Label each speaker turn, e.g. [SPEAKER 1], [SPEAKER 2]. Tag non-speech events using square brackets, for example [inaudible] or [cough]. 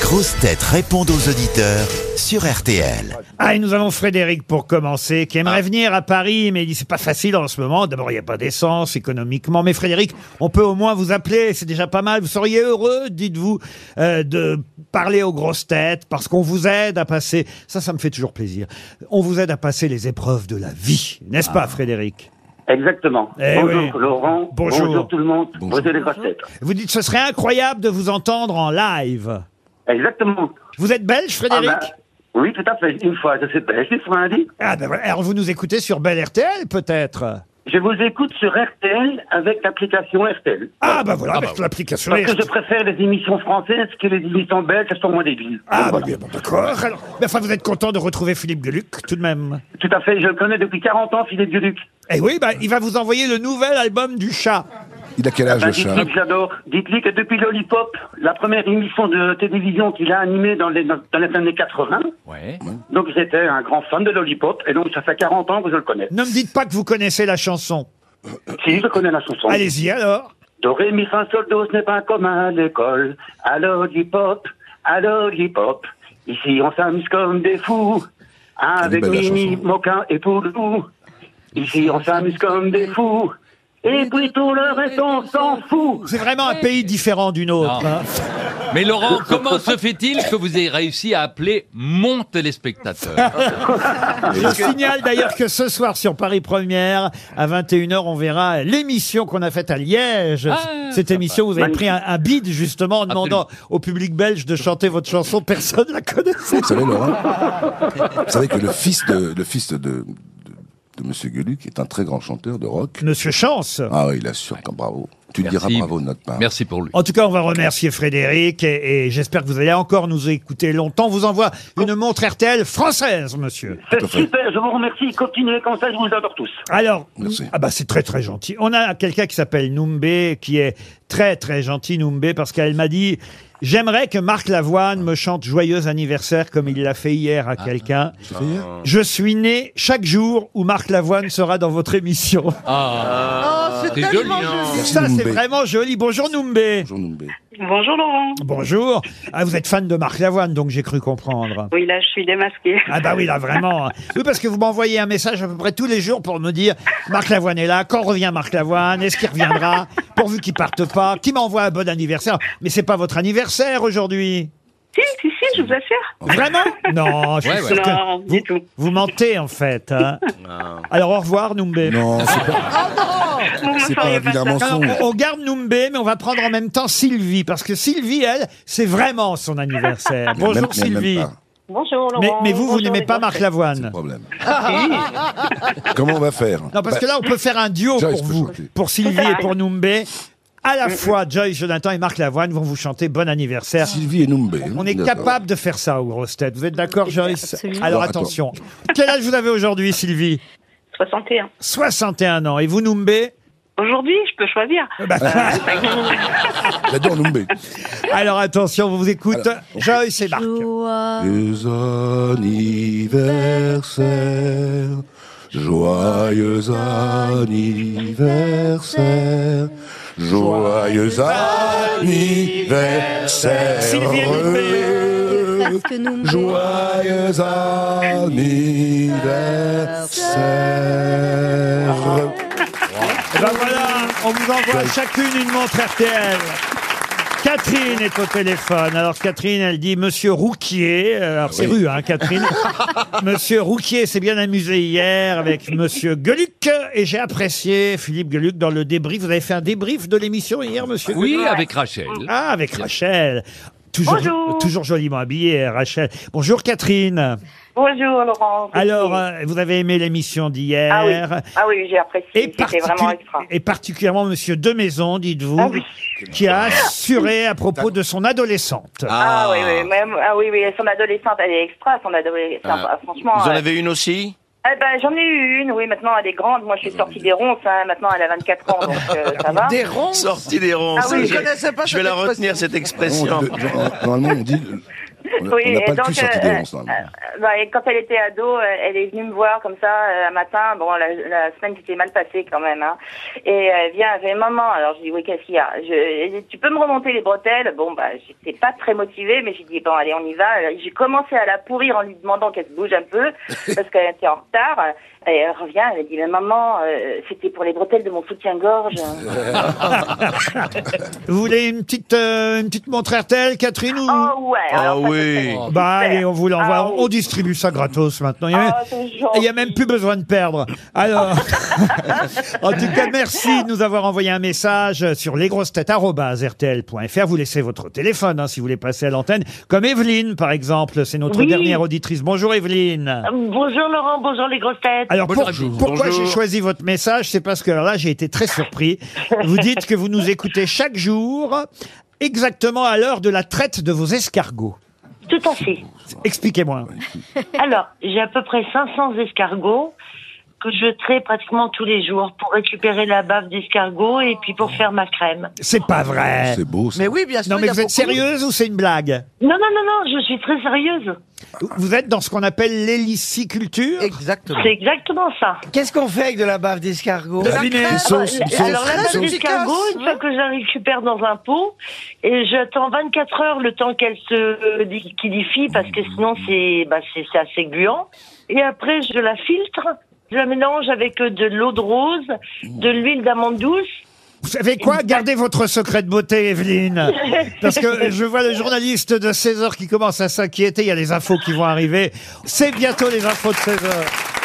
[SPEAKER 1] grosses têtes répondent aux auditeurs sur RTL.
[SPEAKER 2] Ah, et nous avons Frédéric pour commencer, qui aimerait venir à Paris, mais il dit c'est pas facile en ce moment. D'abord, il n'y a pas d'essence économiquement. Mais Frédéric, on peut au moins vous appeler, c'est déjà pas mal. Vous seriez heureux, dites-vous, euh, de parler aux grosses têtes, parce qu'on vous aide à passer. Ça, ça me fait toujours plaisir. On vous aide à passer les épreuves de la vie, n'est-ce pas, Frédéric
[SPEAKER 3] Exactement.
[SPEAKER 2] Eh
[SPEAKER 3] bonjour
[SPEAKER 2] oui.
[SPEAKER 3] Laurent.
[SPEAKER 2] Bonjour.
[SPEAKER 3] tout le monde. Bonjour, les grosses têtes.
[SPEAKER 2] Vous dites ce serait incroyable de vous entendre en live.
[SPEAKER 3] Exactement.
[SPEAKER 2] Vous êtes belge, Frédéric
[SPEAKER 3] Ah ben, oui, tout à fait. Une fois, je sais pas, je suis lundi.
[SPEAKER 2] Ah, ben voilà. Alors, vous nous écoutez sur Belle RTL, peut-être
[SPEAKER 3] Je vous écoute sur RTL avec l'application RTL.
[SPEAKER 2] Ah, ben voilà, avec l'application.
[SPEAKER 3] Parce que je préfère les émissions françaises que les émissions belges, elles sont moins débiles.
[SPEAKER 2] Ah, bah,
[SPEAKER 3] Voilà.
[SPEAKER 2] bien, bon, d'accord. Alors, mais enfin, vous êtes content de retrouver Philippe Gueluc, tout de même.
[SPEAKER 3] Tout à fait, je le connais depuis 40 ans, Philippe Gueluc.
[SPEAKER 2] Eh oui, bah, il va vous envoyer le nouvel album du chat.
[SPEAKER 4] Il a quel âge
[SPEAKER 3] Ben,
[SPEAKER 4] le
[SPEAKER 3] dites-lui
[SPEAKER 4] chat
[SPEAKER 3] que j'adore. Dites-lui que depuis Lollipop, la première émission de télévision qu'il a animée dans les, dans les années 80,
[SPEAKER 5] Ouais.
[SPEAKER 3] donc j'étais un grand fan de Lollipop, et donc ça fait 40 ans que je le connais.
[SPEAKER 2] Ne me dites pas que vous connaissez la chanson.
[SPEAKER 3] Si, je connais la chanson.
[SPEAKER 2] Allez-y alors.
[SPEAKER 3] Doré, mi, fa, sol, do, ce n'est pas comme à l'école. À l'hip-hop, à l'hip-hop. Ici, on s'amuse comme des fous. Avec
[SPEAKER 4] Elle est belle, la
[SPEAKER 3] Mimi,
[SPEAKER 4] chanson.
[SPEAKER 3] Moquin et Poulou. Ici, on s'amuse comme des fous. Et puis tout le reste, on s'en fout.
[SPEAKER 2] C'est vraiment un pays différent d'une autre.
[SPEAKER 5] Non.
[SPEAKER 2] hein.
[SPEAKER 5] Mais Laurent, comment se fait-il que vous ayez réussi à appeler mon téléspectateur
[SPEAKER 2] Je signale d'ailleurs que ce soir sur Paris Première, à 21h, on verra l'émission qu'on a faite à Liège.
[SPEAKER 5] Ah,
[SPEAKER 2] Cette émission, vous avez pris un, un bid justement en demandant au public belge de chanter votre chanson. Personne la
[SPEAKER 5] [laughs]
[SPEAKER 2] connaissait.
[SPEAKER 4] Vous savez, Laurent Vous savez que le fils de, le fils de, de, de Monsieur Gueluc est un très grand chanteur de rock.
[SPEAKER 2] Monsieur Chance.
[SPEAKER 4] Ah, il assure quand bravo. Tu lui diras
[SPEAKER 5] Merci.
[SPEAKER 4] bravo de notre part.
[SPEAKER 5] Merci pour lui.
[SPEAKER 2] En tout cas, on va remercier Frédéric et, et j'espère que vous allez encore nous écouter longtemps. On vous envoie une montre RTL française, monsieur.
[SPEAKER 3] C'est
[SPEAKER 4] à fait.
[SPEAKER 3] super, je vous remercie. Continuez comme ça, je vous adore tous.
[SPEAKER 2] Alors,
[SPEAKER 4] Merci.
[SPEAKER 2] ah bah c'est très très gentil. On a quelqu'un qui s'appelle Noumbé, qui est très très gentil, Noumbé, parce qu'elle m'a dit J'aimerais que Marc Lavoine me chante joyeux anniversaire comme il l'a fait hier à
[SPEAKER 4] Ah,
[SPEAKER 2] quelqu'un. Je suis né chaque jour où Marc Lavoine sera dans votre émission.
[SPEAKER 5] Ah, c'est joli.
[SPEAKER 4] Merci,
[SPEAKER 2] Ça, c'est
[SPEAKER 4] Noumbé.
[SPEAKER 2] vraiment joli. Bonjour Noumbé.
[SPEAKER 4] Bonjour, Noumbé.
[SPEAKER 6] Bonjour Laurent.
[SPEAKER 2] Bonjour. Ah, vous êtes fan de Marc Lavoine, donc j'ai cru comprendre.
[SPEAKER 6] Oui, là, je suis démasquée.
[SPEAKER 2] Ah bah oui, là vraiment. Oui, parce que vous m'envoyez un message à peu près tous les jours pour me dire Marc Lavoine est là, quand revient Marc Lavoine, est-ce qu'il reviendra, pourvu qu'il parte pas, qui m'envoie un bon anniversaire. Mais c'est pas votre anniversaire aujourd'hui.
[SPEAKER 6] Si, si, si, je vous assure.
[SPEAKER 2] Vraiment Non, je suis
[SPEAKER 5] Ouais, ouais.
[SPEAKER 2] sûr que
[SPEAKER 6] Non,
[SPEAKER 2] vous,
[SPEAKER 6] du tout.
[SPEAKER 2] vous mentez en fait. hein. Alors au revoir Noumbé.
[SPEAKER 4] Non, c'est pas,
[SPEAKER 6] Vous me
[SPEAKER 4] c'est pas
[SPEAKER 6] feriez
[SPEAKER 4] un
[SPEAKER 6] pas ça.
[SPEAKER 4] vilain
[SPEAKER 2] Alors,
[SPEAKER 4] mensonge.
[SPEAKER 2] on garde Noumbé, mais on va prendre en même temps Sylvie, parce que Sylvie, elle, c'est vraiment son anniversaire.
[SPEAKER 4] Mais
[SPEAKER 2] Bonjour
[SPEAKER 4] même- mais même
[SPEAKER 2] Sylvie.
[SPEAKER 4] pas.
[SPEAKER 7] Bonjour Laurent.
[SPEAKER 2] Mais, mais vous, vous
[SPEAKER 7] Bonjour,
[SPEAKER 2] n'aimez
[SPEAKER 7] les
[SPEAKER 2] pas
[SPEAKER 7] grosses
[SPEAKER 2] Marc
[SPEAKER 7] têtes.
[SPEAKER 2] Lavoine
[SPEAKER 4] Problème. Comment on va faire
[SPEAKER 2] Ah. Non, parce
[SPEAKER 4] Bah,
[SPEAKER 2] que là, on peut faire un duo
[SPEAKER 4] Joyce
[SPEAKER 2] pour
[SPEAKER 4] peut
[SPEAKER 2] vous,
[SPEAKER 4] chanter.
[SPEAKER 2] pour Sylvie et pour Noumbé. À la fois, Joyce, Jonathan et Marc Lavoine vont vous chanter Bon anniversaire.
[SPEAKER 4] Sylvie et Noumbé.
[SPEAKER 2] On est
[SPEAKER 4] D'accord.
[SPEAKER 2] capable de faire ça aux grosses têtes. Vous êtes d'accord, Joyce
[SPEAKER 7] Absolument.
[SPEAKER 2] Alors
[SPEAKER 4] Bon, attends.
[SPEAKER 2] attention. Quel âge vous avez aujourd'hui, Sylvie
[SPEAKER 6] 61.
[SPEAKER 2] 61 ans. Et vous, Noumbé
[SPEAKER 6] Aujourd'hui, je peux choisir.
[SPEAKER 2] Bah, [laughs]
[SPEAKER 6] Euh,
[SPEAKER 4] J'adore Noumbé.
[SPEAKER 2] Alors attention, on vous écoute. Joyce et Marc.
[SPEAKER 4] Joyeux anniversaire, joyeux anniversaire, joyeux anniversaire.
[SPEAKER 2] Sylvie
[SPEAKER 4] Euh,
[SPEAKER 7] Parce que nous-
[SPEAKER 4] Joyeux
[SPEAKER 7] Ah,
[SPEAKER 4] anniversaire.
[SPEAKER 2] Et ben voilà, on vous envoie chacune une montre RTL. Catherine est au téléphone. Alors Catherine, elle dit Monsieur Rouquier. euh, Alors c'est rue, hein, Catherine. [laughs] Monsieur Rouquier s'est bien amusé hier avec Monsieur Gueluc et j'ai apprécié Philippe Gueluc dans le débrief. Vous avez fait un débrief de l'émission hier, Monsieur
[SPEAKER 5] Oui,
[SPEAKER 2] Gueluc
[SPEAKER 5] avec Rachel.
[SPEAKER 2] Ah, avec Rachel. Toujours,
[SPEAKER 6] Bonjour.
[SPEAKER 2] toujours joliment habillée, Rachel. Bonjour Catherine.
[SPEAKER 6] Bonjour Laurent.
[SPEAKER 2] Alors, euh, vous avez aimé l'émission d'hier.
[SPEAKER 7] Ah oui, ah oui j'ai apprécié. C'était
[SPEAKER 2] particu-
[SPEAKER 7] vraiment extra.
[SPEAKER 2] et particulièrement Monsieur Demaison, dites-vous,
[SPEAKER 7] Ah oui.
[SPEAKER 2] qui a assuré à propos de son adolescente.
[SPEAKER 7] Ah, oui, oui, même, ah oui, oui, son adolescente, elle est extra, son adolescente,
[SPEAKER 8] Ah.
[SPEAKER 7] franchement.
[SPEAKER 8] Vous en
[SPEAKER 7] euh,
[SPEAKER 8] avez une aussi
[SPEAKER 7] eh ben, j'en ai eu une, oui, maintenant elle est grande, moi je suis sortie des ronces, hein, maintenant elle a 24 ans, donc euh,
[SPEAKER 8] Ah,
[SPEAKER 7] ça va.
[SPEAKER 8] Sortie des ronces.
[SPEAKER 7] Ah oui,
[SPEAKER 8] je,
[SPEAKER 7] je
[SPEAKER 8] je vais la retenir, cette expression.
[SPEAKER 4] Normalement, on dit On a-
[SPEAKER 7] Oui,
[SPEAKER 4] on n'a
[SPEAKER 7] et
[SPEAKER 4] pas le
[SPEAKER 7] donc,
[SPEAKER 4] cul sorti des
[SPEAKER 7] euh,
[SPEAKER 4] ronces, normalement.
[SPEAKER 7] euh, bah, et quand elle était ado, euh, elle est venue me voir comme ça euh, un matin. Bon, la, la semaine s'était mal passée quand même. Hein. Et euh, elle vient, elle fait maman. Alors je dis oui, qu'est-ce qu'il y a je, elle dit, Tu peux me remonter les bretelles Bon, bah, j'étais pas très motivée, mais j'ai dit bon, allez, on y va. Alors, J'ai commencé à la pourrir en lui demandant qu'elle se bouge un
[SPEAKER 2] [laughs]
[SPEAKER 7] peu parce qu'elle était en retard. Et elle revient, elle me dit mais maman, euh, c'était pour les bretelles de mon soutien-gorge.
[SPEAKER 2] Vous voulez une petite, euh, une petite montre RTL, Catherine ou...
[SPEAKER 7] oh ouais.
[SPEAKER 8] Ah
[SPEAKER 7] alors, ça,
[SPEAKER 5] oui.
[SPEAKER 2] Bah allez, on vous l'envoie.
[SPEAKER 7] Ah oui.
[SPEAKER 2] On distribue ça gratos maintenant. Il n'y a,
[SPEAKER 7] Ah,
[SPEAKER 2] même-
[SPEAKER 7] c'est gentil.
[SPEAKER 2] il y a même plus besoin de perdre.
[SPEAKER 7] [laughs]
[SPEAKER 2] Alors, en tout cas, merci de nous avoir envoyé un message sur lesgrossetêtes.rtl.fr. Vous laissez votre téléphone hein, si vous voulez passer à l'antenne. Comme Evelyne, par exemple. C'est notre
[SPEAKER 6] Oui.
[SPEAKER 2] dernière auditrice. Bonjour Evelyne.
[SPEAKER 6] Bonjour Laurent, bonjour les grosses
[SPEAKER 2] [laughs]
[SPEAKER 6] têtes.
[SPEAKER 2] Alors
[SPEAKER 5] Bonjour
[SPEAKER 2] pour-
[SPEAKER 5] à vous.
[SPEAKER 2] pourquoi
[SPEAKER 5] Bonjour.
[SPEAKER 2] j'ai choisi votre message, c'est parce que alors là j'ai été très surpris. Vous dites que vous nous écoutez chaque jour exactement à l'heure de la traite de vos escargots.
[SPEAKER 6] Tout à fait.
[SPEAKER 2] Expliquez-moi.
[SPEAKER 6] Alors, j'ai à peu près 500 escargots que je traite pratiquement tous les jours pour récupérer la bave d'escargot et puis pour faire ma crème.
[SPEAKER 2] C'est pas vrai.
[SPEAKER 4] C'est beau, ça.
[SPEAKER 8] Mais oui, bien sûr.
[SPEAKER 2] Non mais
[SPEAKER 8] il y a
[SPEAKER 2] vous êtes
[SPEAKER 8] beaucoup.
[SPEAKER 2] sérieuse ou c'est une blague
[SPEAKER 6] Non, non, non, non, je suis très sérieuse.
[SPEAKER 2] Vous êtes dans ce qu'on appelle l'héliciculture
[SPEAKER 8] Exactement.
[SPEAKER 6] C'est exactement ça.
[SPEAKER 9] Qu'est-ce qu'on fait avec de la bave d'escargot
[SPEAKER 8] De la crème.
[SPEAKER 4] Une sauce, une sauce,
[SPEAKER 6] Alors la
[SPEAKER 4] une
[SPEAKER 6] bave
[SPEAKER 4] sauce.
[SPEAKER 6] d'escargot, une fois que je la récupère dans un pot, et j'attends 24 heures le temps qu'elle se euh, liquidifie parce que sinon c'est bah, c'est c'est assez gluant. Et après je la filtre, je la mélange avec euh, de l'eau de rose, de l'huile d'amande douce.
[SPEAKER 2] Vous savez quoi Gardez votre secret de beauté, Evelyne. Parce que je vois le journaliste de 16h qui commence à s'inquiéter. Il y a les infos qui vont arriver. C'est bientôt les infos de 16h.